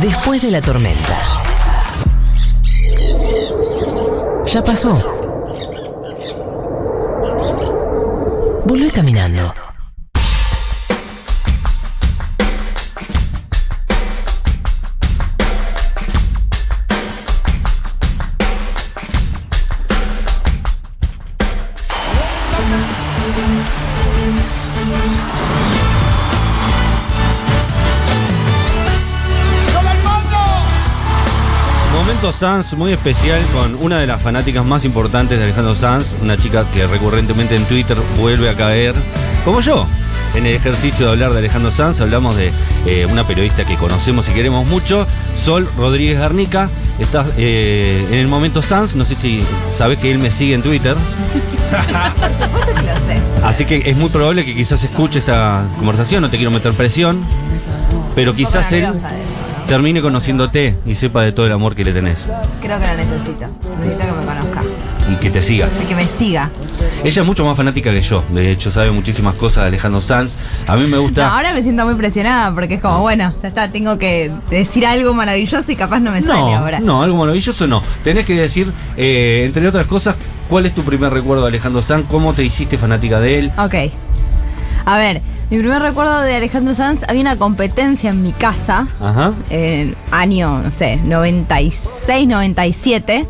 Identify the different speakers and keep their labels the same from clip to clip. Speaker 1: Después de la tormenta. Ya pasó. Volvé caminando.
Speaker 2: Momento Sanz muy especial con una de las fanáticas más importantes de Alejandro Sanz, una chica que recurrentemente en Twitter vuelve a caer, como yo. En el ejercicio de hablar de Alejandro Sanz hablamos de eh, una periodista que conocemos y queremos mucho, Sol Rodríguez Garnica. Está eh, en el momento Sanz, no sé si sabes que él me sigue en Twitter,
Speaker 3: Supuesto que lo sé.
Speaker 2: así que es muy probable que quizás escuche esta conversación, no te quiero meter presión, pero quizás
Speaker 3: Poco
Speaker 2: él
Speaker 3: nerviosa eh. de eso,
Speaker 2: termine conociéndote y sepa de todo el amor que le tenés
Speaker 3: ¿no? Creo que lo necesito. Necesito que me conozca.
Speaker 2: y que te siga.
Speaker 3: Que me siga.
Speaker 2: Ella es mucho más fanática que yo. De hecho, sabe muchísimas cosas de Alejandro Sanz. A mí me
Speaker 3: No,
Speaker 2: gusta.
Speaker 3: ahora me siento muy presionada porque es como, bueno, ya está, tengo que decir algo maravilloso y capaz no me sale
Speaker 2: No,
Speaker 3: ahora.
Speaker 2: no, algo maravilloso no. Tenés que decir, eh, entre otras cosas, cuál es tu primer recuerdo de Alejandro Sanz, cómo te hiciste fanática de él.
Speaker 3: Ok. A ver, mi primer recuerdo de Alejandro Sanz, había una competencia en mi casa,
Speaker 2: Ajá.
Speaker 3: en año, no sé, 96, 97,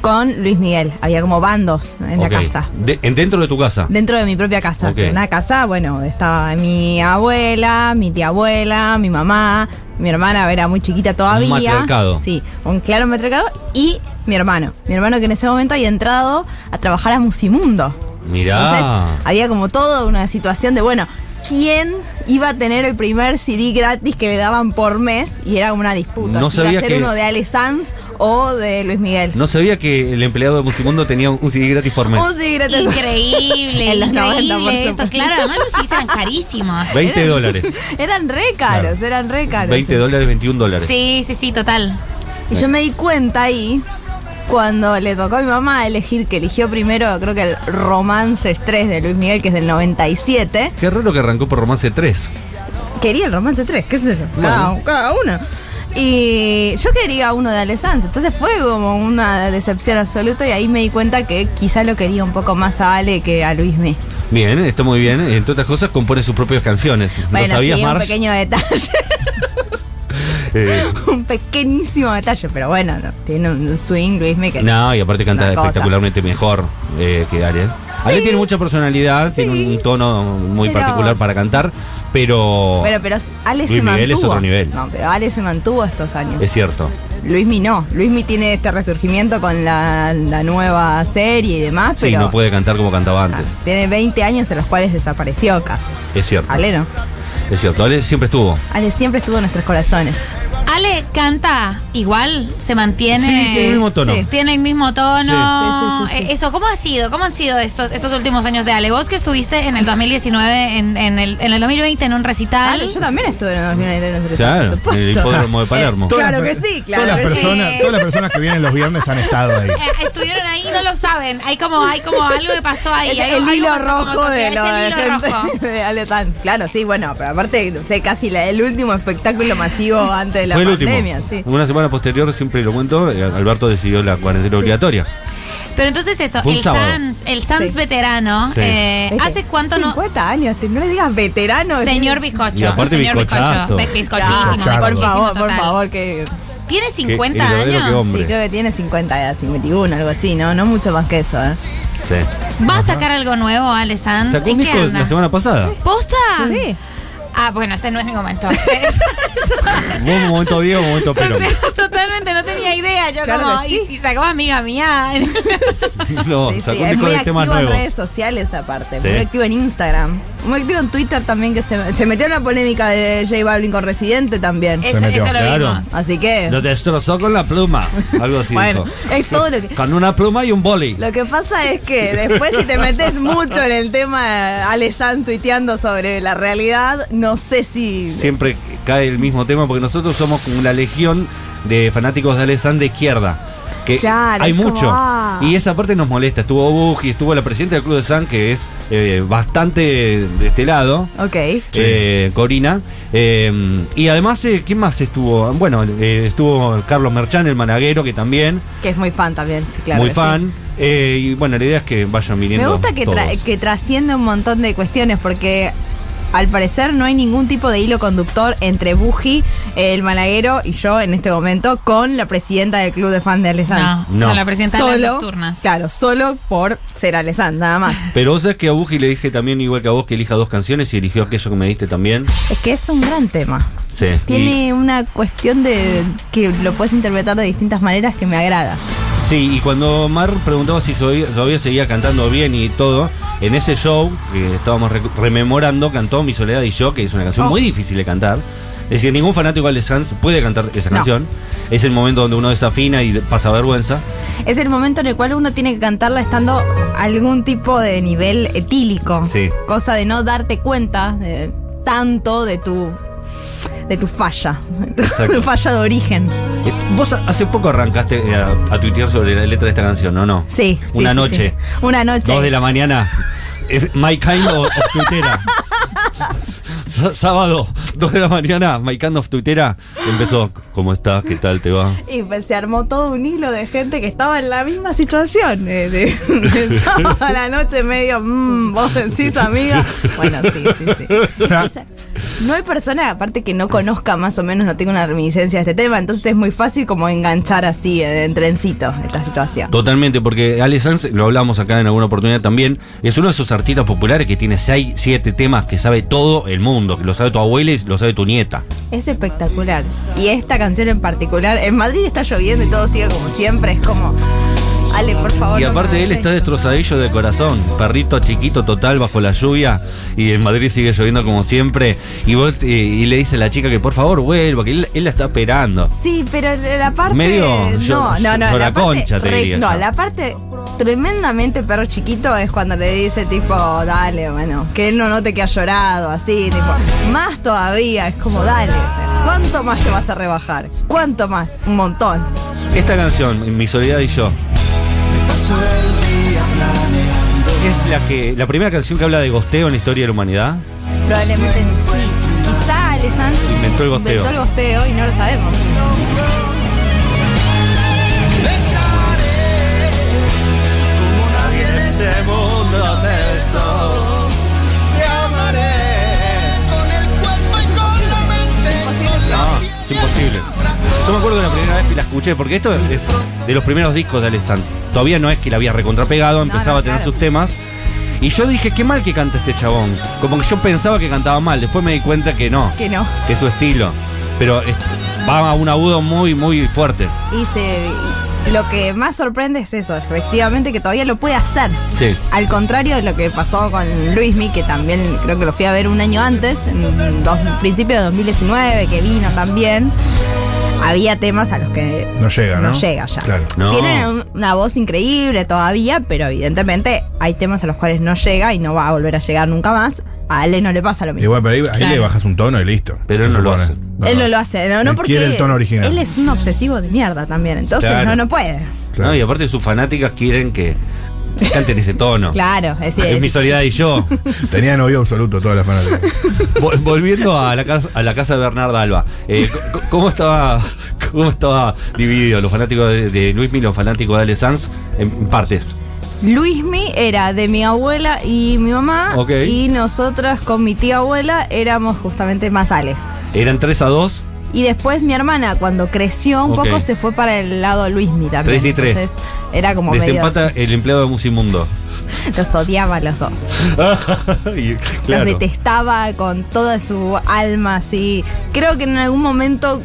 Speaker 3: con Luis Miguel. Había como bandos en
Speaker 2: Ok.
Speaker 3: la casa.
Speaker 2: De- en- dentro de tu casa.
Speaker 3: Dentro de mi propia casa.
Speaker 2: Ok.
Speaker 3: En una casa, bueno, estaba mi abuela, mi tía abuela, mi mamá, mi hermana era muy chiquita todavía.
Speaker 2: matriarcado.
Speaker 3: Sí, un claro matriarcado. Y mi hermano. Mi hermano que en ese momento había entrado a trabajar a Musimundo. Entonces,
Speaker 2: Mirá.
Speaker 3: había como toda una situación de, bueno, ¿quién iba a tener el primer CD gratis que le daban por mes? Y era una disputa.
Speaker 2: No
Speaker 3: si iba
Speaker 2: sabía
Speaker 3: a ser
Speaker 2: que-
Speaker 3: uno de Ale Sanz o de Luis Miguel.
Speaker 2: No sabía que el empleado de Musimundo tenía un CD gratis por mes.
Speaker 3: Un CD gratis.
Speaker 4: Increíble,
Speaker 3: En los 90, por
Speaker 4: increíble
Speaker 3: supuesto.
Speaker 4: eso. Claro, además los CDs eran carísimos.
Speaker 2: 20 dólares.
Speaker 3: Eran re caros, eran re caros.
Speaker 2: 20 dólares, 21 dólares.
Speaker 4: Sí, sí, sí, total.
Speaker 3: Y yo me di cuenta ahí cuando le tocó a mi mamá elegir, que eligió primero, creo que el Romance 3 de Luis Miguel, que es del 97.
Speaker 2: Qué raro que arrancó por Romance 3.
Speaker 3: Quería el Romance 3, qué sé yo, cada,
Speaker 2: Bueno.
Speaker 3: cada uno. Y yo quería uno de Alessandro, entonces fue como una decepción absoluta y ahí me di cuenta que quizá lo quería un poco más a Ale que a Luis Me.
Speaker 2: Bien, está muy bien. Entre otras cosas, compone sus propias canciones. ¿Lo
Speaker 3: Bueno,
Speaker 2: sabías,
Speaker 3: sí, un
Speaker 2: Marge?
Speaker 3: pequeño detalle,
Speaker 2: Eh,
Speaker 3: un pequeñísimo detalle, pero bueno, no, tiene un swing Luis Me que
Speaker 2: No, y aparte canta
Speaker 3: Una cosa.
Speaker 2: espectacularmente mejor eh, que Ale. Ale tiene mucha personalidad, tiene un tono muy
Speaker 3: pero-
Speaker 2: particular para cantar, pero
Speaker 3: Bueno, pero Ale
Speaker 2: Luis
Speaker 3: se mantuvo.
Speaker 2: Miguel es otro nivel.
Speaker 3: No, pero Ale se mantuvo estos años.
Speaker 2: es cierto.
Speaker 3: Luismi no. Luismi tiene este resurgimiento con la, la nueva serie y demás,
Speaker 2: Sí,
Speaker 3: pero
Speaker 2: no puede cantar como cantaba
Speaker 3: ah,
Speaker 2: antes.
Speaker 3: tiene 20 años en los cuales desapareció casi.
Speaker 2: Es cierto.
Speaker 3: Ale no.
Speaker 2: Es cierto. Ale siempre estuvo.
Speaker 3: Ale siempre estuvo en nuestros corazones.
Speaker 4: Ale canta igual, se mantiene.
Speaker 2: Sí, tiene el mismo tono.
Speaker 3: sí.
Speaker 4: Tiene el mismo tono.
Speaker 3: Sí. Sí, sí, sí, sí.
Speaker 4: Eh, Eso, ¿cómo ha sido? ¿Cómo han sido estos, estos últimos años de Ale? Vos que estuviste en el 2019, en, en el, en el 2020, en un recital.
Speaker 3: Ale, yo también estuve en los finales de
Speaker 2: Claro, en el hipódromo de Palermo.
Speaker 3: Claro que sí, claro
Speaker 5: todas
Speaker 3: que
Speaker 5: las
Speaker 3: sí.
Speaker 5: personas, Todas las personas que vienen los viernes han estado ahí.
Speaker 4: Eh, estuvieron ahí y no lo saben. Hay como, hay como algo que pasó ahí.
Speaker 3: Es
Speaker 4: algo-
Speaker 3: el
Speaker 4: algo
Speaker 3: hilo
Speaker 4: pasó como
Speaker 3: rojo de
Speaker 4: social,
Speaker 3: lo
Speaker 4: es el
Speaker 3: de,
Speaker 4: hilo rojo.
Speaker 3: gente de Ale Sanz. Claro, sí, bueno, pero aparte, no sé, casi la- el último espectáculo masivo antes de la
Speaker 2: Fue el
Speaker 3: pandemia,
Speaker 2: último.
Speaker 3: sí.
Speaker 2: Una semana posterior, siempre lo cuento, eh, Alberto decidió la cuarentena obligatoria.
Speaker 4: Pero entonces eso,
Speaker 2: Fue un
Speaker 4: el
Speaker 2: sábado.
Speaker 4: Sans, el Sans
Speaker 3: Sí. Este,
Speaker 4: veterano,
Speaker 2: Sí.
Speaker 4: eh,
Speaker 3: Viste,
Speaker 4: ¿hace cuánto no?
Speaker 3: 50 años, te- no le digas veterano.
Speaker 4: Señor bizcocho.
Speaker 2: Y aparte
Speaker 4: señor
Speaker 2: bizcochazo.
Speaker 4: Bizcocho,
Speaker 3: Ah,
Speaker 4: bizcochísimo,
Speaker 5: Claro.
Speaker 3: por
Speaker 4: bizcochísimo
Speaker 3: favor, por
Speaker 4: total.
Speaker 3: favor, que...
Speaker 4: Tiene 50
Speaker 2: el verdadero que
Speaker 4: años.
Speaker 2: hombre.
Speaker 3: Sí, creo que tiene 50 edad, 51, algo así, ¿no? No mucho más que eso, ¿eh?
Speaker 2: Sí.
Speaker 4: ¿Va a sacar algo nuevo, Ale Sanz?
Speaker 2: Sacó un
Speaker 4: ¿En qué
Speaker 2: disco
Speaker 4: anda?
Speaker 2: la semana pasada.
Speaker 4: ¿Posta?
Speaker 3: Sí.
Speaker 4: Ah, bueno, este no es mi momento.
Speaker 2: Vos un momento Diego, un momento pero.
Speaker 4: O sea, totalmente no tenía idea. Yo
Speaker 3: Claro
Speaker 4: como,
Speaker 3: que
Speaker 4: y
Speaker 3: sí.
Speaker 4: si sacó amiga mía.
Speaker 2: No,
Speaker 3: Sí, sí,
Speaker 2: sacó un
Speaker 3: es
Speaker 2: disco
Speaker 3: muy
Speaker 2: de
Speaker 3: activo
Speaker 2: temas
Speaker 3: en
Speaker 2: nuevos.
Speaker 3: redes sociales aparte,
Speaker 2: Sí.
Speaker 3: muy activo en Instagram, muy activo en Twitter también, que se, se metió en la polémica de J Balvin con Residente también.
Speaker 4: Eso,
Speaker 5: metió.
Speaker 4: eso lo
Speaker 2: Claro.
Speaker 4: vimos.
Speaker 3: Así que,
Speaker 2: Lo destrozó con la pluma. Algo así.
Speaker 3: Eh. bueno,
Speaker 2: dijo.
Speaker 3: es todo lo que...
Speaker 2: Con una pluma y un boli.
Speaker 3: Lo que pasa es que después si te metes mucho en el tema Ale Sanz tuiteando sobre la realidad, no sé si...
Speaker 2: Siempre cae el mismo tema porque nosotros somos como la legión de fanáticos de Alessandro de izquierda. que
Speaker 3: Claro,
Speaker 2: hay
Speaker 3: es como,
Speaker 2: mucho.
Speaker 3: ah.
Speaker 2: Y esa parte nos molesta. Estuvo Buji, estuvo la presidenta del Club de San, que es eh, bastante de este lado.
Speaker 3: Ok.
Speaker 2: eh, Corina. Eh, y además, eh, ¿quién más estuvo? Bueno, eh, estuvo Carlos Merchán, el managuero, que también,
Speaker 3: Que es muy fan también, sí, claro.
Speaker 2: muy
Speaker 3: que sí.
Speaker 2: fan. Eh, y bueno, la idea es que vayan
Speaker 3: Me
Speaker 2: viniendo.
Speaker 3: gusta que, tra-
Speaker 2: todos.
Speaker 3: que trasciende un montón de cuestiones porque al parecer no hay ningún tipo de hilo conductor entre Buji, el malaguero y yo en este momento con la presidenta del club de fan de
Speaker 4: No,
Speaker 3: Alessandra.
Speaker 2: No.
Speaker 4: con la presidenta de las nocturnas.
Speaker 3: claro, solo por ser Alessandra, nada más.
Speaker 2: Pero vos sabés que a Buji le dije también, igual que a vos, que elija dos canciones y eligió aquello que me diste también.
Speaker 3: Es que es un gran tema.
Speaker 2: Sí. y-
Speaker 3: Tiene una cuestión de que lo puedes interpretar de distintas maneras que me agrada.
Speaker 2: Sí, y cuando Mar preguntaba si soy- todavía seguía cantando bien y todo, en ese show que estábamos re- rememorando, cantó Mi Soledad y yo, que es una canción
Speaker 3: Oh.
Speaker 2: muy difícil de cantar. Es decir, ningún fanático de Sanz puede cantar esa
Speaker 3: No.
Speaker 2: canción. Es el momento donde uno desafina y de- pasa vergüenza.
Speaker 3: Es el momento en el cual uno tiene que cantarla estando algún tipo de nivel etílico.
Speaker 2: Sí.
Speaker 3: Cosa de no darte cuenta de- tanto de tu de tu falla, de
Speaker 2: Exacto.
Speaker 3: tu falla de origen.
Speaker 2: Eh, Vos a- hace poco arrancaste eh, a, a tuitear sobre la letra de esta canción, ¿no? no?
Speaker 3: Sí. sí,
Speaker 2: Una
Speaker 3: sí,
Speaker 2: noche.
Speaker 3: sí. Una noche.
Speaker 2: Dos de la mañana. Es My Kind of, of Tuitera. S- Sábado, dos de la mañana, My Kind of Tuitera. Empezó, ¿cómo estás? ¿Qué tal te va?
Speaker 3: Y pues se armó todo un hilo de gente que estaba en la misma situación. eh, De, de sábado a la noche medio, "Mm, vos decís, amiga. Bueno, sí, sí, sí. Esa- No hay persona, aparte, que no conozca más o menos, no tenga una reminiscencia de este tema. Entonces es muy fácil como enganchar así, eh, en trencito, esta situación.
Speaker 2: Totalmente, porque Ale Sanz, lo hablamos acá en alguna oportunidad también, es uno de esos artistas populares que tiene 6, 7 temas que sabe todo el mundo, que lo sabe tu abuela y lo sabe tu nieta.
Speaker 3: Es espectacular. Y esta canción en particular, en Madrid está lloviendo y todo sigue como siempre. Es como, Ale, por favor.
Speaker 2: Y
Speaker 3: Oh, no me
Speaker 2: aparte él
Speaker 3: hagas
Speaker 2: está
Speaker 3: esto".
Speaker 2: destrozadillo de corazón, perrito chiquito total bajo la lluvia y en Madrid sigue lloviendo como siempre y vos eh, y le dice a la chica que por favor vuelva, que él, él la está esperando.
Speaker 3: Sí, pero la parte.
Speaker 2: Medio yo-
Speaker 3: no, no, no.
Speaker 2: yo la
Speaker 3: parte
Speaker 2: concha, te diría
Speaker 3: No,
Speaker 2: yo.
Speaker 3: la parte tremendamente perro chiquito es cuando le dice, tipo, dale, bueno, que él no note que ha llorado, así, tipo. Más todavía, es como, dale. ¿Cuánto más te vas a rebajar? ¿Cuánto más? Un montón.
Speaker 2: Esta canción, Mi Soledad y yo. Es la que la primera canción que habla de gosteo en la historia de la humanidad.
Speaker 3: Probablemente sí. Quizá Alessandro
Speaker 2: Inventó el gosteo.
Speaker 3: inventó el gosteo y no lo sabemos.
Speaker 2: No, Ah, es imposible. Yo me acuerdo de la primera vez que la escuché, porque esto es de los primeros discos de Alessandro. Todavía no es que la había recontrapegado, empezaba
Speaker 3: no,
Speaker 2: a tener
Speaker 3: claro.
Speaker 2: sus temas. Y yo dije, qué mal que canta este chabón. Como que yo pensaba que cantaba mal, después me di cuenta que no,
Speaker 3: Que no.
Speaker 2: que es su estilo. Pero es- va a un agudo muy, muy fuerte.
Speaker 3: Y se- y lo que más sorprende es eso, efectivamente, que todavía lo puede hacer.
Speaker 2: Sí.
Speaker 3: Al contrario de lo que pasó con Luismi, que también creo que lo fui a ver un año antes, en dos, principio de 2019, que vino también. Había temas a los que
Speaker 5: No llega, ¿no?
Speaker 3: llega ya.
Speaker 5: Claro.
Speaker 2: No.
Speaker 3: Tienen un- una voz increíble todavía, pero evidentemente hay temas a los cuales no llega y no va a volver a llegar nunca más. A Ale no le pasa lo
Speaker 5: Y
Speaker 3: mismo.
Speaker 5: bueno, pero ahí, ahí
Speaker 4: Claro.
Speaker 5: le bajas un tono y listo.
Speaker 2: Pero él no lo
Speaker 5: Supone.
Speaker 2: hace.
Speaker 3: Él no lo hace, no, no
Speaker 5: Él
Speaker 3: porque
Speaker 5: quiere el tono original.
Speaker 3: él es un obsesivo de mierda también, entonces
Speaker 2: Claro.
Speaker 3: no, no puede.
Speaker 5: Claro.
Speaker 2: No, y aparte sus fanáticas quieren que canten ese tono.
Speaker 3: Claro, es decir,
Speaker 2: Es mi soledad y yo.
Speaker 5: Tenía novio absoluto toda la fanática.
Speaker 2: Vol- Volviendo a la casa, a la casa de Bernarda Alba, eh, c- c- ¿cómo estaba cómo estaba dividido los fanáticos de, de Luismi y los fanáticos de Ale Sanz en, en partes?
Speaker 3: Luismi era de mi abuela y mi mamá.
Speaker 2: Ok.
Speaker 3: Y nosotras con mi tía abuela éramos justamente más Ale.
Speaker 2: Eran 3 a 2,
Speaker 3: Y después mi hermana, cuando creció un
Speaker 2: Ok.
Speaker 3: poco, se fue para el lado Luismi también.
Speaker 2: Tres y tres.
Speaker 3: Entonces, era como medio.
Speaker 2: desempata el empleado de Musimundo.
Speaker 3: Los odiaba a los dos.
Speaker 2: Y,
Speaker 3: Los detestaba con toda su alma, así. Creo que en algún momento.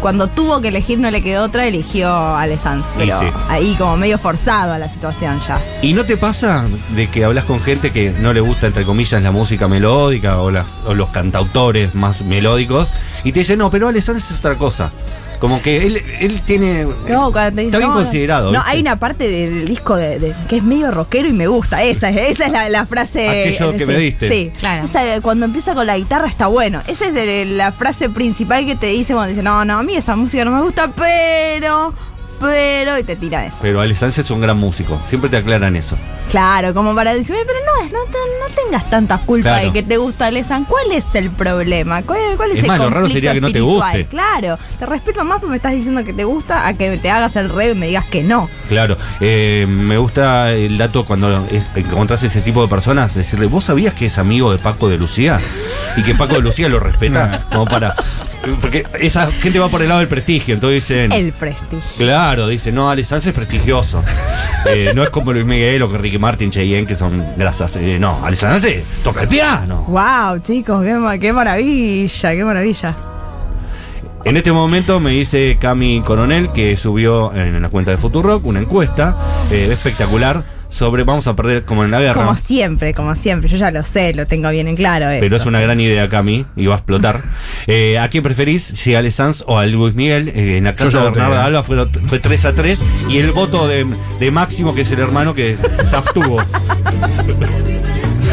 Speaker 3: Cuando tuvo que elegir no le quedó otra, eligió a Ale Sanz,
Speaker 2: Y
Speaker 3: pero
Speaker 2: sí.
Speaker 3: ahí como medio forzado a la situación ya.
Speaker 2: ¿Y no te pasa de que hablas con gente que no le gusta, entre comillas, la música melódica o, la- o los cantautores más melódicos? Y te dicen, no, pero Ale Sanz es otra cosa. Bien Como que él, él tiene. eh,
Speaker 3: No, cuando te dicen,
Speaker 2: está bien
Speaker 3: no, no.
Speaker 2: considerado.
Speaker 3: No,
Speaker 2: ¿viste?
Speaker 3: hay una parte del disco de, de- que es medio rockero y me gusta. Esa, es- esa es la, la frase.
Speaker 2: Aquello que
Speaker 3: sí,
Speaker 2: me diste.
Speaker 3: Sí,
Speaker 4: Claro.
Speaker 3: Esa, cuando empieza con la guitarra está bueno. Esa es de la frase principal que te dice cuando dice, no, no, a mí esa música no me gusta, pero. pero, y te tira eso.
Speaker 2: Pero Alex Sánchez es un gran músico. Siempre te aclaran eso.
Speaker 3: Claro, como para decir, "Oye, pero no, es- no, te- no tengas tanta culpa
Speaker 2: Claro.
Speaker 3: de que te gusta Lesan. ¿Cuál es el problema? ¿Cuál, cuál es,
Speaker 2: Es
Speaker 3: el
Speaker 2: más, lo raro
Speaker 3: conflicto
Speaker 2: sería que no te
Speaker 3: espiritual?".
Speaker 2: guste.
Speaker 3: Claro, te respeto más porque me estás diciendo que te gusta a que te hagas el rey y me digas que no.
Speaker 2: Claro, eh, me gusta el dato cuando es- encontrás ese tipo de personas, decirle, ¿vos sabías que es amigo de Paco de Lucía? Y que Paco de Lucía lo respeta, como para... Porque esa gente va por el lado del prestigio, entonces dicen...
Speaker 3: El prestigio.
Speaker 2: Claro, dice, no, Alex Sanz es prestigioso. Eh, no es como Luis Miguel o que Ricky Martin, Cheyenne, que son grasas. Eh, no, Alex Sanz eh, toca el piano.
Speaker 3: Wow, chicos, qué, ma- qué maravilla, qué maravilla.
Speaker 2: En este momento me dice Cami Coronel que subió en la cuenta de Futurock una encuesta eh, espectacular sobre vamos a perder como en la guerra.
Speaker 3: Como siempre, como siempre, yo ya lo sé, lo tengo bien en claro. eh. esto.
Speaker 2: Pero es una gran idea, Cami, y va a explotar. Eh, ¿A quién preferís? Si a Alex Sanz o a Luis Miguel. Eh, en la
Speaker 5: Yo
Speaker 2: casa
Speaker 5: ya
Speaker 2: de
Speaker 5: voté,
Speaker 2: Bernarda
Speaker 5: eh.
Speaker 2: Alba fue, fue 3 a 3. Y el voto de, de Máximo, que es el hermano que se abstuvo.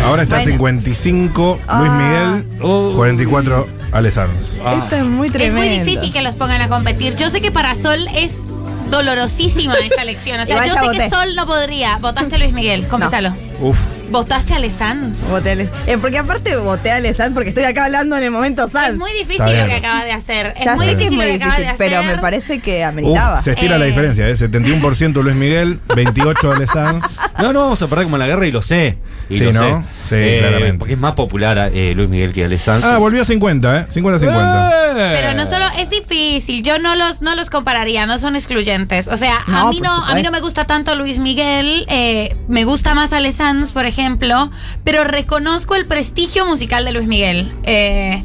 Speaker 5: Ahora está
Speaker 3: Bueno.
Speaker 5: 55 Luis
Speaker 3: Ah.
Speaker 5: Miguel,
Speaker 2: Oh.
Speaker 5: 44 Alex Sanz.
Speaker 2: Ah.
Speaker 3: Esto es muy
Speaker 4: Es
Speaker 3: tremendo.
Speaker 4: muy difícil que los pongan a competir. Yo sé que para Sol es dolorosísima esa elección. O sea,
Speaker 3: Igual
Speaker 4: yo
Speaker 3: ya
Speaker 4: sé
Speaker 3: voté.
Speaker 4: que Sol no podría. Votaste a Luis Miguel, confesalo.
Speaker 5: Uf.
Speaker 4: Votaste a Alessandro.
Speaker 3: Voté a Les- eh, porque aparte voté a Lesan porque estoy acá hablando en el momento Sans.
Speaker 4: Es muy difícil
Speaker 5: Está bien.
Speaker 4: lo que acabas de hacer. Es
Speaker 3: ya
Speaker 4: muy
Speaker 3: sé que
Speaker 4: difícil
Speaker 3: es muy
Speaker 4: lo que acabas de
Speaker 3: difícil,
Speaker 4: hacer.
Speaker 3: pero me parece que
Speaker 5: Uf,
Speaker 3: ameritaba.
Speaker 5: se estira la
Speaker 4: Eh.
Speaker 5: diferencia, ¿eh? 71% Luis Miguel, 28 Alex Sanz.
Speaker 2: No, no vamos a perder como en la guerra y lo sé. Y
Speaker 5: Sí,
Speaker 2: lo
Speaker 5: ¿no?
Speaker 2: sé. Eh,
Speaker 5: Sí, claramente.
Speaker 2: Porque es más popular eh, Luis Miguel que Alex Sanz.
Speaker 5: Ah, volvió a 50, ¿eh? 50-50.
Speaker 4: Pero no solo es difícil, yo no los no los compararía, no son excluyentes. O sea,
Speaker 3: No,
Speaker 4: a mí
Speaker 3: por
Speaker 4: no a mí
Speaker 3: supuesto.
Speaker 4: no me gusta tanto Luis Miguel, eh, me gusta más Ale Sanz, por ejemplo, pero reconozco el prestigio musical de Luis Miguel. Eh,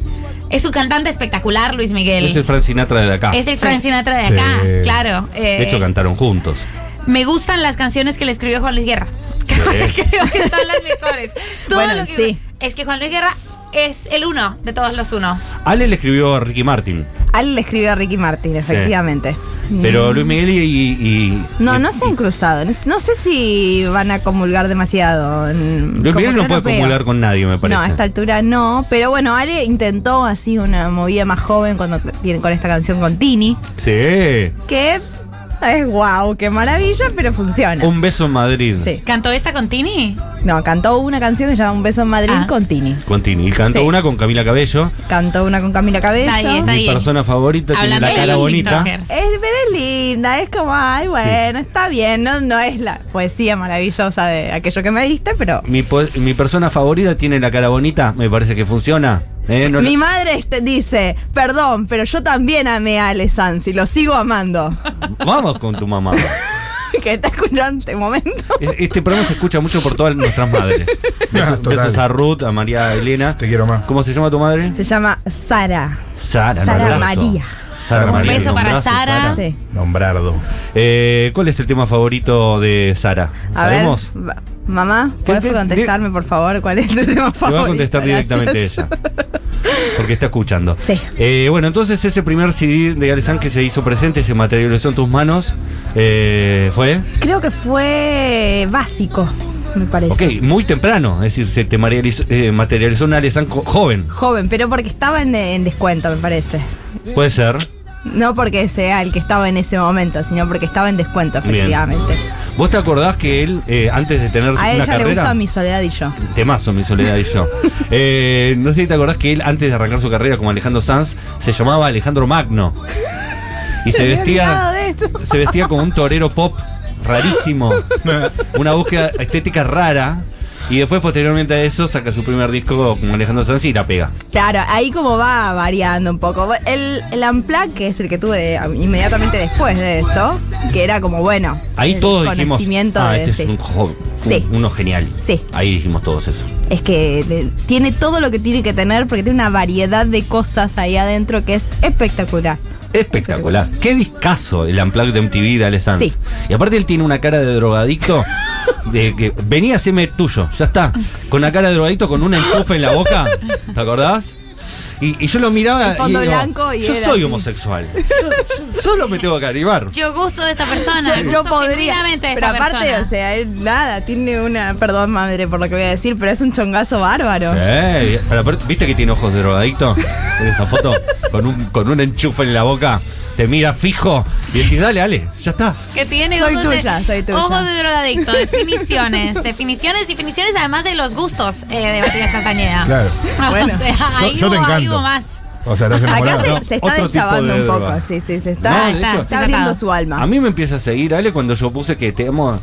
Speaker 4: es un cantante espectacular, Luis Miguel.
Speaker 2: Es el Frank Sinatra de acá.
Speaker 4: Es el Frank Sinatra de
Speaker 5: Sí.
Speaker 4: acá, claro. eh,
Speaker 2: De hecho, cantaron juntos.
Speaker 4: me gustan las canciones que le escribió Juan Luis Guerra. Creo que son las mejores. Todo
Speaker 3: Bueno,
Speaker 4: lo que-
Speaker 3: sí.
Speaker 4: Es que Juan Luis Guerra es el uno de todos los unos.
Speaker 2: Ale le escribió a Ricky Martin.
Speaker 3: Ale le escribió a Ricky Martin, efectivamente.
Speaker 2: Pero Luis Miguel y. y- y-
Speaker 3: Mm. No,
Speaker 2: y-
Speaker 3: no se han cruzado. No s- No sé si van a comulgar demasiado. mm,
Speaker 2: Luis
Speaker 3: como
Speaker 2: Miguel
Speaker 3: que
Speaker 2: no puede
Speaker 3: veo.
Speaker 2: acumular con nadie, me
Speaker 3: No,
Speaker 2: parece.
Speaker 3: a esta altura no. Pero bueno, Ale intentó así una movida más joven cuando tienen con esta canción con Tini.
Speaker 2: Sí.
Speaker 3: Que es wow, qué maravilla, pero funciona.
Speaker 2: Un beso en Madrid.
Speaker 3: Sí.
Speaker 4: ¿Cantó esta con Tini?
Speaker 3: No, cantó una canción que se llama Un beso en Madrid
Speaker 4: Ah.
Speaker 3: con Tini.
Speaker 2: Con Tini. Y cantó
Speaker 3: Sí.
Speaker 2: una con Camila Cabello.
Speaker 3: Cantó una con Camila Cabello.
Speaker 4: Está bien, está
Speaker 2: Mi
Speaker 4: bien.
Speaker 2: persona favorita.
Speaker 4: Hablando
Speaker 2: tiene la
Speaker 4: de
Speaker 2: cara
Speaker 4: los
Speaker 2: bonita.
Speaker 4: TikTokers.
Speaker 3: Es, pero es linda, es como, ay, bueno, está bien, no, no es la poesía maravillosa de aquello que me diste, pero
Speaker 2: Mi, po- mi persona favorita tiene la cara bonita. Me parece que funciona. Eh, no-
Speaker 3: mi madre este- dice, perdón, pero yo también amé a Ale Sanz y lo sigo amando.
Speaker 2: Vamos con tu mamá.
Speaker 3: que está escuchando este momento.
Speaker 2: Es- Este programa se escucha mucho por todas nuestras madres.
Speaker 5: Ah,
Speaker 2: Besos,
Speaker 5: total.
Speaker 2: besos a Ruth, a María Elena.
Speaker 5: Te quiero más.
Speaker 2: ¿Cómo se llama tu madre?
Speaker 3: Se llama Sara.
Speaker 2: Sara.
Speaker 3: Sara
Speaker 2: nombrazo.
Speaker 3: María.
Speaker 2: Sara
Speaker 5: Un
Speaker 2: María,
Speaker 5: beso
Speaker 2: nombrazo,
Speaker 4: para Sara.
Speaker 2: Ah.
Speaker 3: Sí.
Speaker 5: Nombrardo.
Speaker 2: Eh, ¿Cuál es el tema favorito de Sara?
Speaker 3: A
Speaker 2: ¿Sabemos?
Speaker 3: ver, va- mamá, ¿puedes
Speaker 2: ¿Qué- qué-
Speaker 3: contestarme, por favor, cuál es tu tema favorito?
Speaker 2: Te va a contestar
Speaker 3: Gracias.
Speaker 2: directamente ella. Porque está escuchando.
Speaker 3: Sí.
Speaker 2: Eh, bueno, entonces ese primer CD de Alessandro que se hizo presente, se materializó en tus manos. eh, ¿Fue?
Speaker 3: Creo que fue básico, me parece.
Speaker 2: Ok, muy temprano. Es decir, se te materializó, eh, materializó una Alessandro joven.
Speaker 3: Joven, pero porque estaba en- en descuento, me parece.
Speaker 2: Puede ser.
Speaker 3: No porque sea el que estaba en ese momento, sino porque estaba en descuento,
Speaker 2: Bien.
Speaker 3: efectivamente.
Speaker 2: ¿Vos te acordás que él, eh, antes de tener
Speaker 3: A
Speaker 2: una
Speaker 3: ella le
Speaker 2: carrera...
Speaker 3: gusta mi soledad y yo.
Speaker 2: Temazo, mi soledad y yo. Eh, no sé si te acordás que él, antes de arrancar su carrera como Alejandro Sanz, se llamaba Alejandro Magno. Y se,
Speaker 3: había olvidado
Speaker 2: vestía.
Speaker 3: de esto.
Speaker 2: Se vestía como un torero pop rarísimo. Una búsqueda estética rara. Y después, posteriormente a eso, saca su primer disco como Alejandro Sanz y la pega.
Speaker 3: Claro, ahí como va variando un poco. El, el Unplugged, que es el que tuve inmediatamente después de eso, que era como bueno.
Speaker 2: Ahí
Speaker 3: el
Speaker 2: todos dijimos.
Speaker 3: conocimiento
Speaker 2: Ah,
Speaker 3: de-
Speaker 2: este
Speaker 3: sí.
Speaker 2: es un jo- un-
Speaker 3: Sí.
Speaker 2: uno genial.
Speaker 3: Sí.
Speaker 2: Ahí dijimos todos eso.
Speaker 3: Es que de- tiene todo lo que tiene que tener porque tiene una variedad de cosas ahí adentro que es espectacular.
Speaker 2: Espectacular. Qué discazo el Unplugged de MTV de Ale Sanz.
Speaker 3: Sí.
Speaker 2: Y aparte él tiene una cara de drogadicto. De que venía a hacerme tuyo, ya está. Con la cara de drogadicto con una enchufe en la boca. ¿Te acordás? Y, y yo lo miraba.
Speaker 3: El fondo
Speaker 2: y digo,
Speaker 3: blanco y
Speaker 2: Yo
Speaker 3: era
Speaker 2: soy
Speaker 3: así".
Speaker 2: homosexual. Yo- yo- solo me tengo que arribar.
Speaker 4: Yo gusto de esta persona.
Speaker 3: Yo
Speaker 4: gusto
Speaker 3: no podría.
Speaker 4: genuinamente de
Speaker 3: Pero
Speaker 4: esta
Speaker 3: aparte,
Speaker 4: persona.
Speaker 3: o sea, él nada, tiene una. Perdón, madre, por lo que voy a decir, pero es un chongazo bárbaro.
Speaker 2: Sí, pero aparte, ¿Viste que tiene ojos de drogadicto? En esa foto. Con un, con un enchufe en la boca. te mira fijo y decís, dale, Ale, ya está.
Speaker 4: Que tiene
Speaker 3: Soy
Speaker 4: ojos,
Speaker 3: tuya,
Speaker 4: de,
Speaker 3: soy tuya.
Speaker 4: ojos de drogadicto, definiciones, definiciones, definiciones, además de los gustos eh, de Matías Castañeda.
Speaker 5: Claro.
Speaker 4: o
Speaker 3: Bueno.
Speaker 4: sea, ahí
Speaker 5: Yo- yo te
Speaker 4: hubo- ahí
Speaker 5: encanto.
Speaker 4: hubo más.
Speaker 5: O sea, estás
Speaker 3: Acá
Speaker 5: enamorado.
Speaker 3: se,
Speaker 2: no,
Speaker 3: se está
Speaker 2: otro tipo
Speaker 3: deschavando
Speaker 2: de
Speaker 3: un poco,
Speaker 2: droga.
Speaker 3: sí, sí, se
Speaker 2: No,
Speaker 3: está,
Speaker 2: de
Speaker 4: Ah, está,
Speaker 2: hecho,
Speaker 4: está
Speaker 3: está abriendo
Speaker 4: desatado.
Speaker 3: su alma.
Speaker 2: A mí me empieza a seguir Ale cuando yo puse que te amo,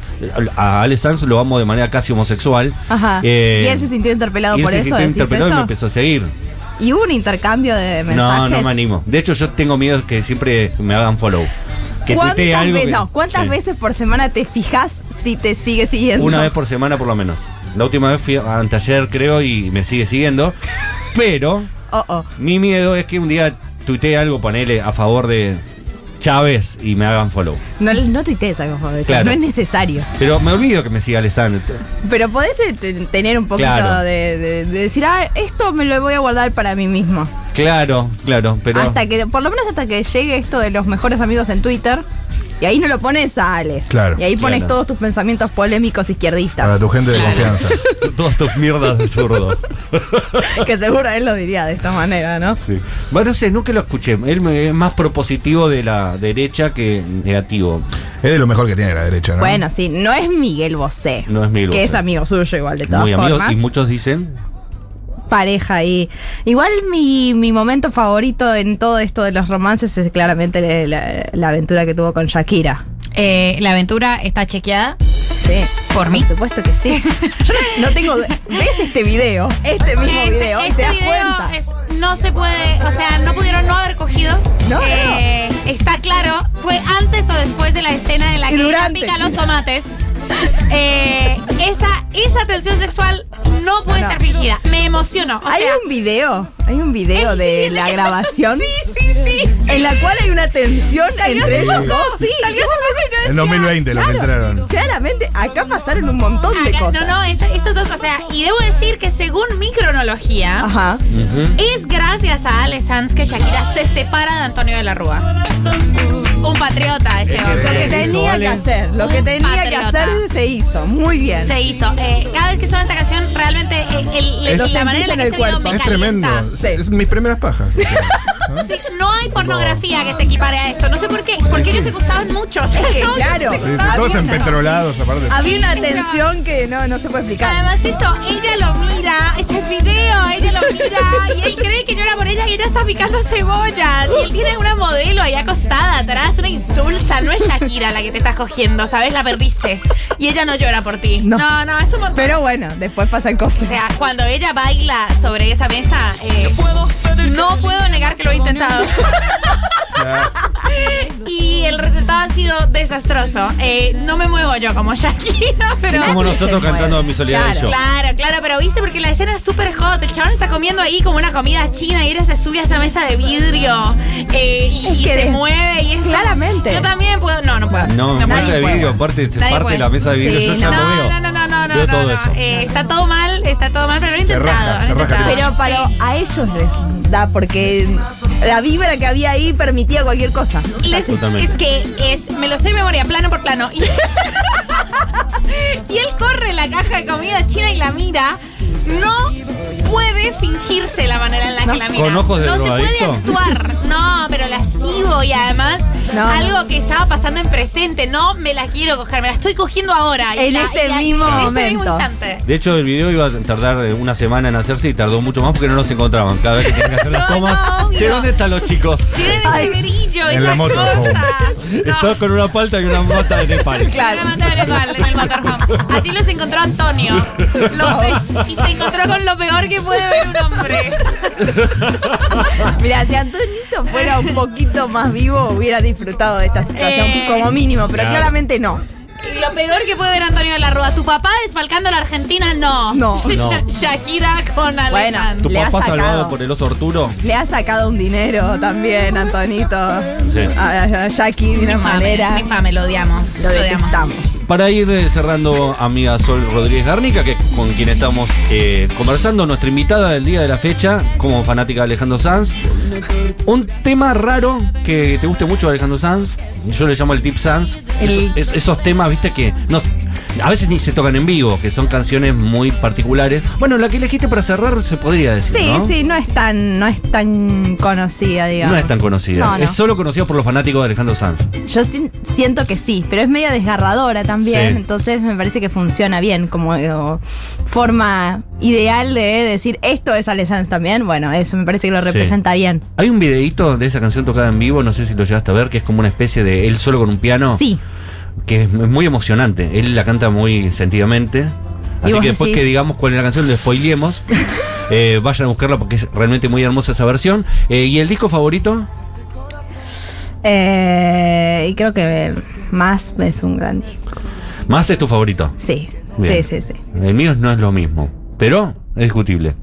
Speaker 2: a Ale Sanz lo amo de manera casi homosexual.
Speaker 3: Ajá.
Speaker 2: Eh,
Speaker 3: y él se sintió interpelado
Speaker 2: y él
Speaker 3: por
Speaker 2: se
Speaker 3: eso,
Speaker 2: sintió
Speaker 3: decís
Speaker 2: interpelado y
Speaker 3: eso?
Speaker 2: me empezó a seguir.
Speaker 3: Y hubo un intercambio de
Speaker 2: No,
Speaker 3: mensajes.
Speaker 2: no me animo. De hecho, yo tengo miedo que siempre me hagan follow. Que tuitee
Speaker 3: ¿Cuántas,
Speaker 2: algo
Speaker 3: veces,
Speaker 2: que-
Speaker 3: no, ¿cuántas
Speaker 2: Sí.
Speaker 3: veces por semana te fijas si te sigue siguiendo?
Speaker 2: Una vez por semana por lo menos. La última vez fui anteayer, creo, y me sigue siguiendo. Pero
Speaker 3: Oh, oh.
Speaker 2: mi miedo es que un día tuitee algo, ponele a favor de Chávez y me hagan follow.
Speaker 3: No, no tuitees algo, joder,
Speaker 2: Claro.
Speaker 3: no es necesario.
Speaker 2: Pero me olvido que me siga Alessandro.
Speaker 3: Pero podés eh, te- tener un poquito
Speaker 2: Claro.
Speaker 3: de, de- de decir, ah, esto me lo voy a guardar para mí mismo.
Speaker 2: Claro, claro, pero.
Speaker 3: Hasta que, por lo menos hasta que llegue esto de los mejores amigos en Twitter. Y ahí no lo pones a Ale.
Speaker 5: Claro.
Speaker 3: Y ahí pones
Speaker 2: Claro.
Speaker 3: todos tus pensamientos polémicos izquierdistas.
Speaker 5: Para tu gente de
Speaker 4: Claro.
Speaker 5: confianza.
Speaker 2: Todas tus mierdas de zurdo.
Speaker 3: Que seguro él lo diría de esta manera, ¿no?
Speaker 2: Bueno, no sé, nunca lo escuché. Él me- es más propositivo de la derecha que negativo.
Speaker 5: Es de lo mejor que tiene la derecha, ¿no?
Speaker 3: Bueno, sí, no es Miguel Bosé.
Speaker 2: No es Miguel
Speaker 3: Que
Speaker 2: Bosé.
Speaker 3: es amigo suyo igual, de todas
Speaker 2: Muy amigo.
Speaker 3: formas.
Speaker 2: Y muchos dicen.
Speaker 3: pareja ahí. Igual mi, mi momento favorito en todo esto de los romances es claramente la, la aventura que tuvo con Shakira.
Speaker 4: Eh, la aventura está chequeada.
Speaker 3: Sí.
Speaker 4: ¿Por mí?
Speaker 3: Por supuesto que sí. Yo no, no tengo... ¿Ves este video? Este mismo
Speaker 4: Este-
Speaker 3: video. y
Speaker 4: este
Speaker 3: ¿Te das
Speaker 4: video
Speaker 3: cuenta?
Speaker 4: es- no se puede, o sea, no pudieron no haber cogido.
Speaker 3: No, no,
Speaker 4: Eh, Está claro, fue antes o después de la escena en la
Speaker 3: Y
Speaker 4: que ella
Speaker 3: durante.
Speaker 4: pica los tomates. Eh, esa, esa tensión sexual no puede
Speaker 3: No, no.
Speaker 4: ser fingida. Me emociono. O
Speaker 3: hay
Speaker 4: sea,
Speaker 3: un video, hay un video
Speaker 4: Eh,
Speaker 3: de
Speaker 4: sí,
Speaker 3: la
Speaker 4: le-
Speaker 3: grabación
Speaker 4: Sí, sí, sí.
Speaker 3: en la cual hay una tensión
Speaker 4: Salió
Speaker 3: entre
Speaker 4: hace
Speaker 3: ellos
Speaker 4: poco.
Speaker 3: dos. Sí,
Speaker 4: Salió hace poco y yo
Speaker 5: En
Speaker 4: decía,
Speaker 5: 2020 lo que entraron.
Speaker 3: claramente acá pasaron un montón de
Speaker 4: acá-
Speaker 3: cosas.
Speaker 4: No, no, esta- estas dos cosas. O sea, y debo decir que según mi cronología,
Speaker 3: Ajá.
Speaker 4: Es gracias a Ale Sanz que Shakira se separa de Antonio de la Rúa. Un patriota ese
Speaker 5: Ese
Speaker 3: Lo
Speaker 4: hombre.
Speaker 3: que
Speaker 5: Eso,
Speaker 3: tenía que
Speaker 5: Ale.
Speaker 3: hacer, lo que tenía que
Speaker 4: Patriota.
Speaker 3: hacer se hizo. Muy bien.
Speaker 4: Se hizo. Eh, cada vez que suena esta canción, realmente eh, el-
Speaker 5: Es-
Speaker 4: la
Speaker 5: Lo
Speaker 4: la manera en la que
Speaker 3: sentís
Speaker 4: este
Speaker 3: en el
Speaker 4: video me
Speaker 5: es tremendo.
Speaker 4: calienta.
Speaker 5: Es- Es mis primeras pajas.
Speaker 4: Sí, no hay pornografía que se equipare a esto. No sé por qué. Porque ellos se gustaban mucho.
Speaker 3: que
Speaker 4: Esos hombres
Speaker 3: claro.
Speaker 4: se
Speaker 5: Sí, sí,
Speaker 4: gustaban
Speaker 5: todos
Speaker 4: mucho.
Speaker 5: empetrolados, aparte.
Speaker 2: Ah,
Speaker 3: Había una
Speaker 4: Pero-
Speaker 3: tensión que no, no se puede explicar.
Speaker 4: Además eso, ella lo mira, ese video, ella lo mira y él cree que llora por ella y ella está picando cebollas y él tiene una modelo ahí acostada atrás, una insulsa, no es Shakira la que te estás cogiendo, ¿sabes? La perdiste y ella no llora por ti. No,
Speaker 3: No.
Speaker 4: no, es un montón.
Speaker 3: Pero bueno, después pasan
Speaker 4: o
Speaker 3: cosas.
Speaker 4: sea, cuando ella baila sobre esa mesa, eh, no puedo negar que lo he intentado. Y el resultado ha sido desastroso. Eh, no me muevo yo como Shakira, pero...
Speaker 2: Como
Speaker 3: Nadie
Speaker 2: nosotros
Speaker 3: se mueve.
Speaker 2: cantando Mi soledad y
Speaker 3: Claro.
Speaker 2: yo.
Speaker 4: Claro, claro, pero viste porque la escena es súper hot. El chabón está comiendo ahí como una comida china y ella se sube a esa mesa de vidrio eh, y,
Speaker 3: Es
Speaker 4: y
Speaker 3: que
Speaker 4: se
Speaker 3: de-
Speaker 4: mueve y es
Speaker 3: Claramente.
Speaker 4: Yo también puedo. No, no puedo.
Speaker 2: No,
Speaker 4: puedo.
Speaker 2: mesa de
Speaker 3: puede.
Speaker 2: vidrio, aparte,
Speaker 4: Nadie
Speaker 2: parte
Speaker 4: puede.
Speaker 2: la mesa de vidrio.
Speaker 3: Sí,
Speaker 2: yo ya
Speaker 4: No,
Speaker 2: lo veo.
Speaker 4: no, no, no, no, no,
Speaker 2: Veo
Speaker 4: no,
Speaker 2: todo
Speaker 4: no.
Speaker 2: eso.
Speaker 4: Eh, está todo mal, está todo mal, pero lo he
Speaker 5: Se
Speaker 4: intentado.
Speaker 5: raja, se
Speaker 4: lo he
Speaker 5: raja,
Speaker 4: intentado.
Speaker 3: Pero para
Speaker 4: Sí.
Speaker 3: a ellos les da porque la vibra que había ahí permitía cualquier cosa.
Speaker 4: Les-
Speaker 2: Totalmente.
Speaker 4: es que es, me lo sé de memoria, plano por plano. Y, y él corre la caja de comida china y la mira. No puede fingirse la manera en la que la mira.
Speaker 2: ¿Con ojos de
Speaker 4: no se puede
Speaker 2: drogadicto?
Speaker 4: actuar. No, pero lascivo y además
Speaker 3: No.
Speaker 4: algo que estaba pasando en presente. No me la quiero coger, me la estoy cogiendo ahora. Y
Speaker 3: En
Speaker 4: la-
Speaker 3: este
Speaker 4: y la-
Speaker 3: mismo
Speaker 4: en este mismo
Speaker 3: momento.
Speaker 4: instante.
Speaker 2: De hecho, el video iba a tardar eh, una semana en hacerse y tardó mucho más porque no nos encontraban. Cada vez que tenían que hacer las
Speaker 4: No,
Speaker 2: tomas.
Speaker 4: no,
Speaker 2: Che,
Speaker 4: obvio.
Speaker 2: ¿dónde están los chicos?
Speaker 4: Tienen ese
Speaker 3: Ay.
Speaker 4: brillo,
Speaker 5: En
Speaker 4: esa
Speaker 5: la moto, por favor.
Speaker 4: cosa. No.
Speaker 2: Estaba con una palta y una mata de Nepal.
Speaker 3: Claro.
Speaker 4: Una mata de Nepal en el motorhome. Así los encontró Antonio. López. Y se encontró con lo peor que puede ver un hombre.
Speaker 3: Mira, si Antonito fuera un poquito más vivo, hubiera disfrutado de esta situación
Speaker 4: Eh.
Speaker 3: como mínimo, pero
Speaker 2: Claro.
Speaker 3: claramente no.
Speaker 4: Y lo peor que puede ver Antonio de la Rúa. Tu papá desfalcando a la Argentina, no.
Speaker 3: No.
Speaker 2: No.
Speaker 4: Shakira con Alejandro.
Speaker 2: ¿Tu
Speaker 3: Le ha
Speaker 2: papá
Speaker 3: sacado.
Speaker 2: salvado por el oso Arturo?
Speaker 3: Le ha sacado un dinero también, Antonito.
Speaker 2: Sí.
Speaker 3: A, a Jackie de una manera.
Speaker 4: Mi fame, lo odiamos.
Speaker 3: Lo detestamos.
Speaker 2: Para ir eh, cerrando, amiga Sol Rodríguez Garnica, que con quien estamos eh, conversando, nuestra invitada del día de la fecha, como fanática de Alejandro Sanz. Un tema raro que te guste mucho de Alejandro Sanz, yo le llamo el Tip Sanz.
Speaker 3: El-
Speaker 2: Esos, es- esos temas, viste, que no, a veces ni se tocan en vivo, que son canciones muy particulares. Bueno, la que elegiste para cerrar se podría decir.
Speaker 6: Sí,
Speaker 2: ¿no?
Speaker 6: sí, no es tan, no es tan conocida, digamos.
Speaker 2: No es tan conocida.
Speaker 6: No, no.
Speaker 2: Es solo conocida por los fanáticos de Alejandro Sanz.
Speaker 3: Yo sin- siento que sí, pero es media desgarradora también,
Speaker 2: Sí.
Speaker 3: entonces me parece que funciona bien como eh, forma ideal de decir esto es Ale Sanz también. Bueno, eso me parece que lo
Speaker 2: Sí.
Speaker 3: representa bien.
Speaker 2: Hay un videíto de esa canción tocada en vivo, no sé si lo llegaste a ver, que es como una especie de él solo con un piano,
Speaker 3: Sí.
Speaker 2: que es muy emocionante. Él la canta muy sentidamente.
Speaker 3: Y
Speaker 2: Así
Speaker 3: vos
Speaker 2: que después
Speaker 3: decís-
Speaker 2: que digamos cuál es la canción, lo spoilemos. Eh, vayan a buscarla porque es realmente muy hermosa esa versión. Eh, ¿Y el disco favorito?
Speaker 3: Eh, y creo que más es un gran disco.
Speaker 2: Más es tu favorito.
Speaker 3: Sí,
Speaker 2: Bien.
Speaker 3: sí, sí, sí.
Speaker 2: El mío no es lo mismo, pero es discutible.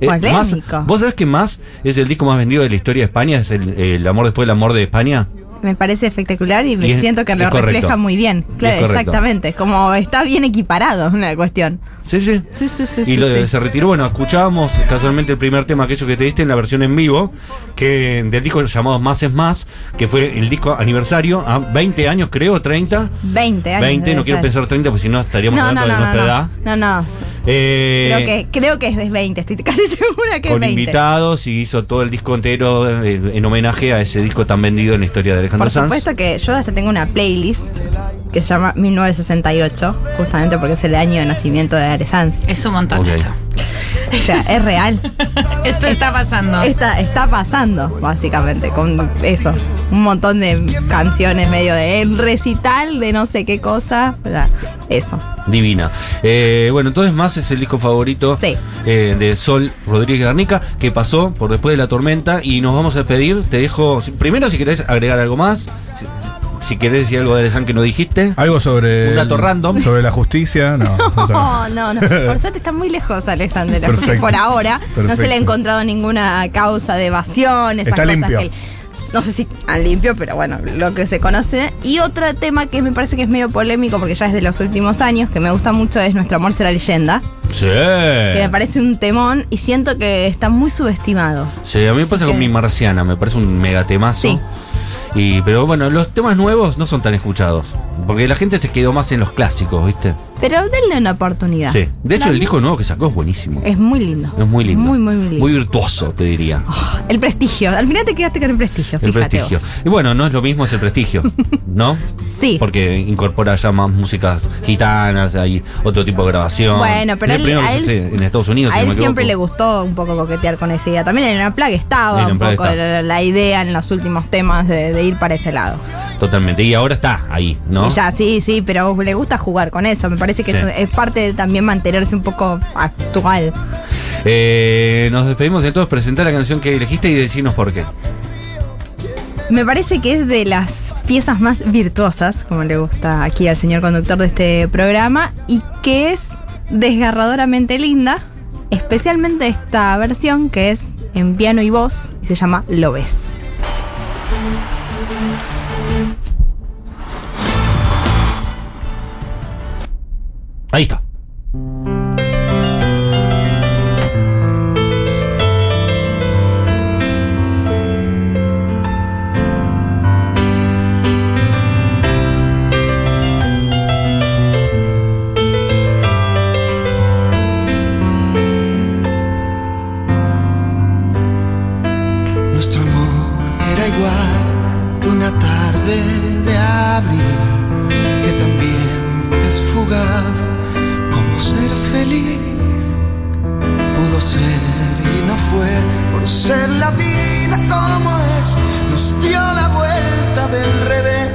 Speaker 2: Eh,
Speaker 3: Polémico.
Speaker 2: Más- ¿Vos sabés que Más es el disco más vendido de la historia de España? ¿Es el, el amor después del amor de España?
Speaker 3: Me parece espectacular y me
Speaker 2: Y es-
Speaker 3: siento que
Speaker 2: es
Speaker 3: lo
Speaker 2: correcto.
Speaker 3: refleja muy bien.
Speaker 2: Es
Speaker 3: Claro,
Speaker 2: correcto.
Speaker 3: exactamente. Como está bien equiparado en la cuestión.
Speaker 2: Sí, sí.
Speaker 3: Sí, sí, sí,
Speaker 2: Y
Speaker 3: sí,
Speaker 2: lo de-
Speaker 3: sí.
Speaker 2: se retiró. Bueno, escuchábamos casualmente el primer tema, aquello que te diste en la versión en vivo, que del disco llamado Más es Más, que fue el disco aniversario, a 20 años creo, 30.
Speaker 3: 20 años.
Speaker 2: 20,
Speaker 3: debe
Speaker 2: no quiero
Speaker 3: ser.
Speaker 2: pensar 30, porque si no estaríamos
Speaker 3: No, no,
Speaker 2: hablando
Speaker 3: no,
Speaker 2: de
Speaker 3: no,
Speaker 2: nuestra edad.
Speaker 3: no. No, no.
Speaker 2: Eh,
Speaker 3: Creo que, creo que es de 20, estoy casi segura que es
Speaker 2: con
Speaker 3: 20.
Speaker 2: invitados y hizo todo el disco entero eh, en homenaje a ese disco tan vendido en la historia de Alejandro
Speaker 3: Por
Speaker 2: Sanz.
Speaker 3: supuesto que yo hasta tengo una playlist que se llama 1968, justamente porque es el año de nacimiento de Ale Sanz.
Speaker 7: Es un montón
Speaker 2: Ok.
Speaker 7: esto.
Speaker 3: O sea, es real.
Speaker 7: Esto está pasando.
Speaker 3: Está, está pasando, básicamente, con eso. Un montón de canciones medio de el recital de no sé qué cosa. o sea, Eso.
Speaker 2: Divina. Eh, bueno, entonces más es el disco favorito
Speaker 3: Sí.
Speaker 2: eh, de Sol Rodríguez Garnica, que pasó por después de la tormenta y nos vamos a despedir. Te dejo, si- primero si querés agregar algo más, si, si querés decir algo de Alessandro que no dijiste.
Speaker 5: Algo sobre.
Speaker 2: Un dato random.
Speaker 5: Sobre la justicia. No. o sea,
Speaker 3: Oh, no, no. Por suerte está muy lejos Alessandra. la justicia
Speaker 5: Perfecto.
Speaker 3: Por ahora no se le
Speaker 5: Perfecto.
Speaker 3: ha encontrado ninguna causa de evasión. Esas
Speaker 5: Está
Speaker 3: cosas
Speaker 5: limpio.
Speaker 3: que él- no sé si tan limpio, pero bueno, lo que se conoce. Y otro tema que me parece que es medio polémico, porque ya es de los últimos años, que me gusta mucho, es Nuestro Amor será leyenda.
Speaker 2: Sí. Eh.
Speaker 3: Que me parece un temón y siento que está muy subestimado.
Speaker 2: Sí, a mí me pasa con
Speaker 3: que-
Speaker 2: mi marciana, me parece un megatemazo.
Speaker 3: Sí.
Speaker 2: Y, pero bueno, los temas nuevos no son tan escuchados, porque la gente se quedó más en los clásicos, ¿viste?
Speaker 3: Pero denle una oportunidad.
Speaker 2: Sí. De hecho, el
Speaker 3: Dale.
Speaker 2: disco nuevo que sacó es buenísimo.
Speaker 3: Es muy lindo.
Speaker 2: Es muy lindo.
Speaker 3: Muy, muy, muy lindo.
Speaker 2: Muy virtuoso, te diría.
Speaker 3: El prestigio. Al final te quedaste con el prestigio,
Speaker 2: el
Speaker 3: fíjate
Speaker 2: prestigio.
Speaker 3: vos.
Speaker 2: Y bueno, no es lo mismo, es el prestigio, ¿no?
Speaker 3: Sí.
Speaker 2: Porque incorpora ya más músicas gitanas, hay otro tipo de grabación.
Speaker 3: Bueno, pero
Speaker 2: Es el
Speaker 3: él-
Speaker 2: primero
Speaker 3: a
Speaker 2: que se
Speaker 3: él-
Speaker 2: hace en Estados Unidos.
Speaker 3: A
Speaker 2: si no
Speaker 3: él
Speaker 2: me
Speaker 3: siempre le
Speaker 2: equivoco.
Speaker 3: gustó un poco coquetear con esa idea. También en Unplugged estaba
Speaker 2: En
Speaker 3: un
Speaker 2: Unplugged
Speaker 3: poco
Speaker 2: está.
Speaker 3: la, la idea en los últimos temas de, de ir para ese lado.
Speaker 2: Totalmente. Y ahora está ahí, ¿no?
Speaker 3: Y ya, sí, sí, pero le gusta jugar con eso. Me parece que
Speaker 2: Sí.
Speaker 3: esto es parte de también mantenerse un poco actual.
Speaker 2: Eh, nos despedimos de todos, presentar la canción que elegiste y decirnos por qué.
Speaker 3: Me parece que es de las piezas más virtuosas, como le gusta aquí al señor conductor de este programa, y que es desgarradoramente linda, especialmente esta versión que es en piano y voz y se llama Lo ves.
Speaker 2: Ahí está.
Speaker 8: Nuestro amor era igual que una tarde de abril, que también es fugaz como ser feliz. Pudo ser y no fue por ser la vida como es, nos dio la vuelta del revés.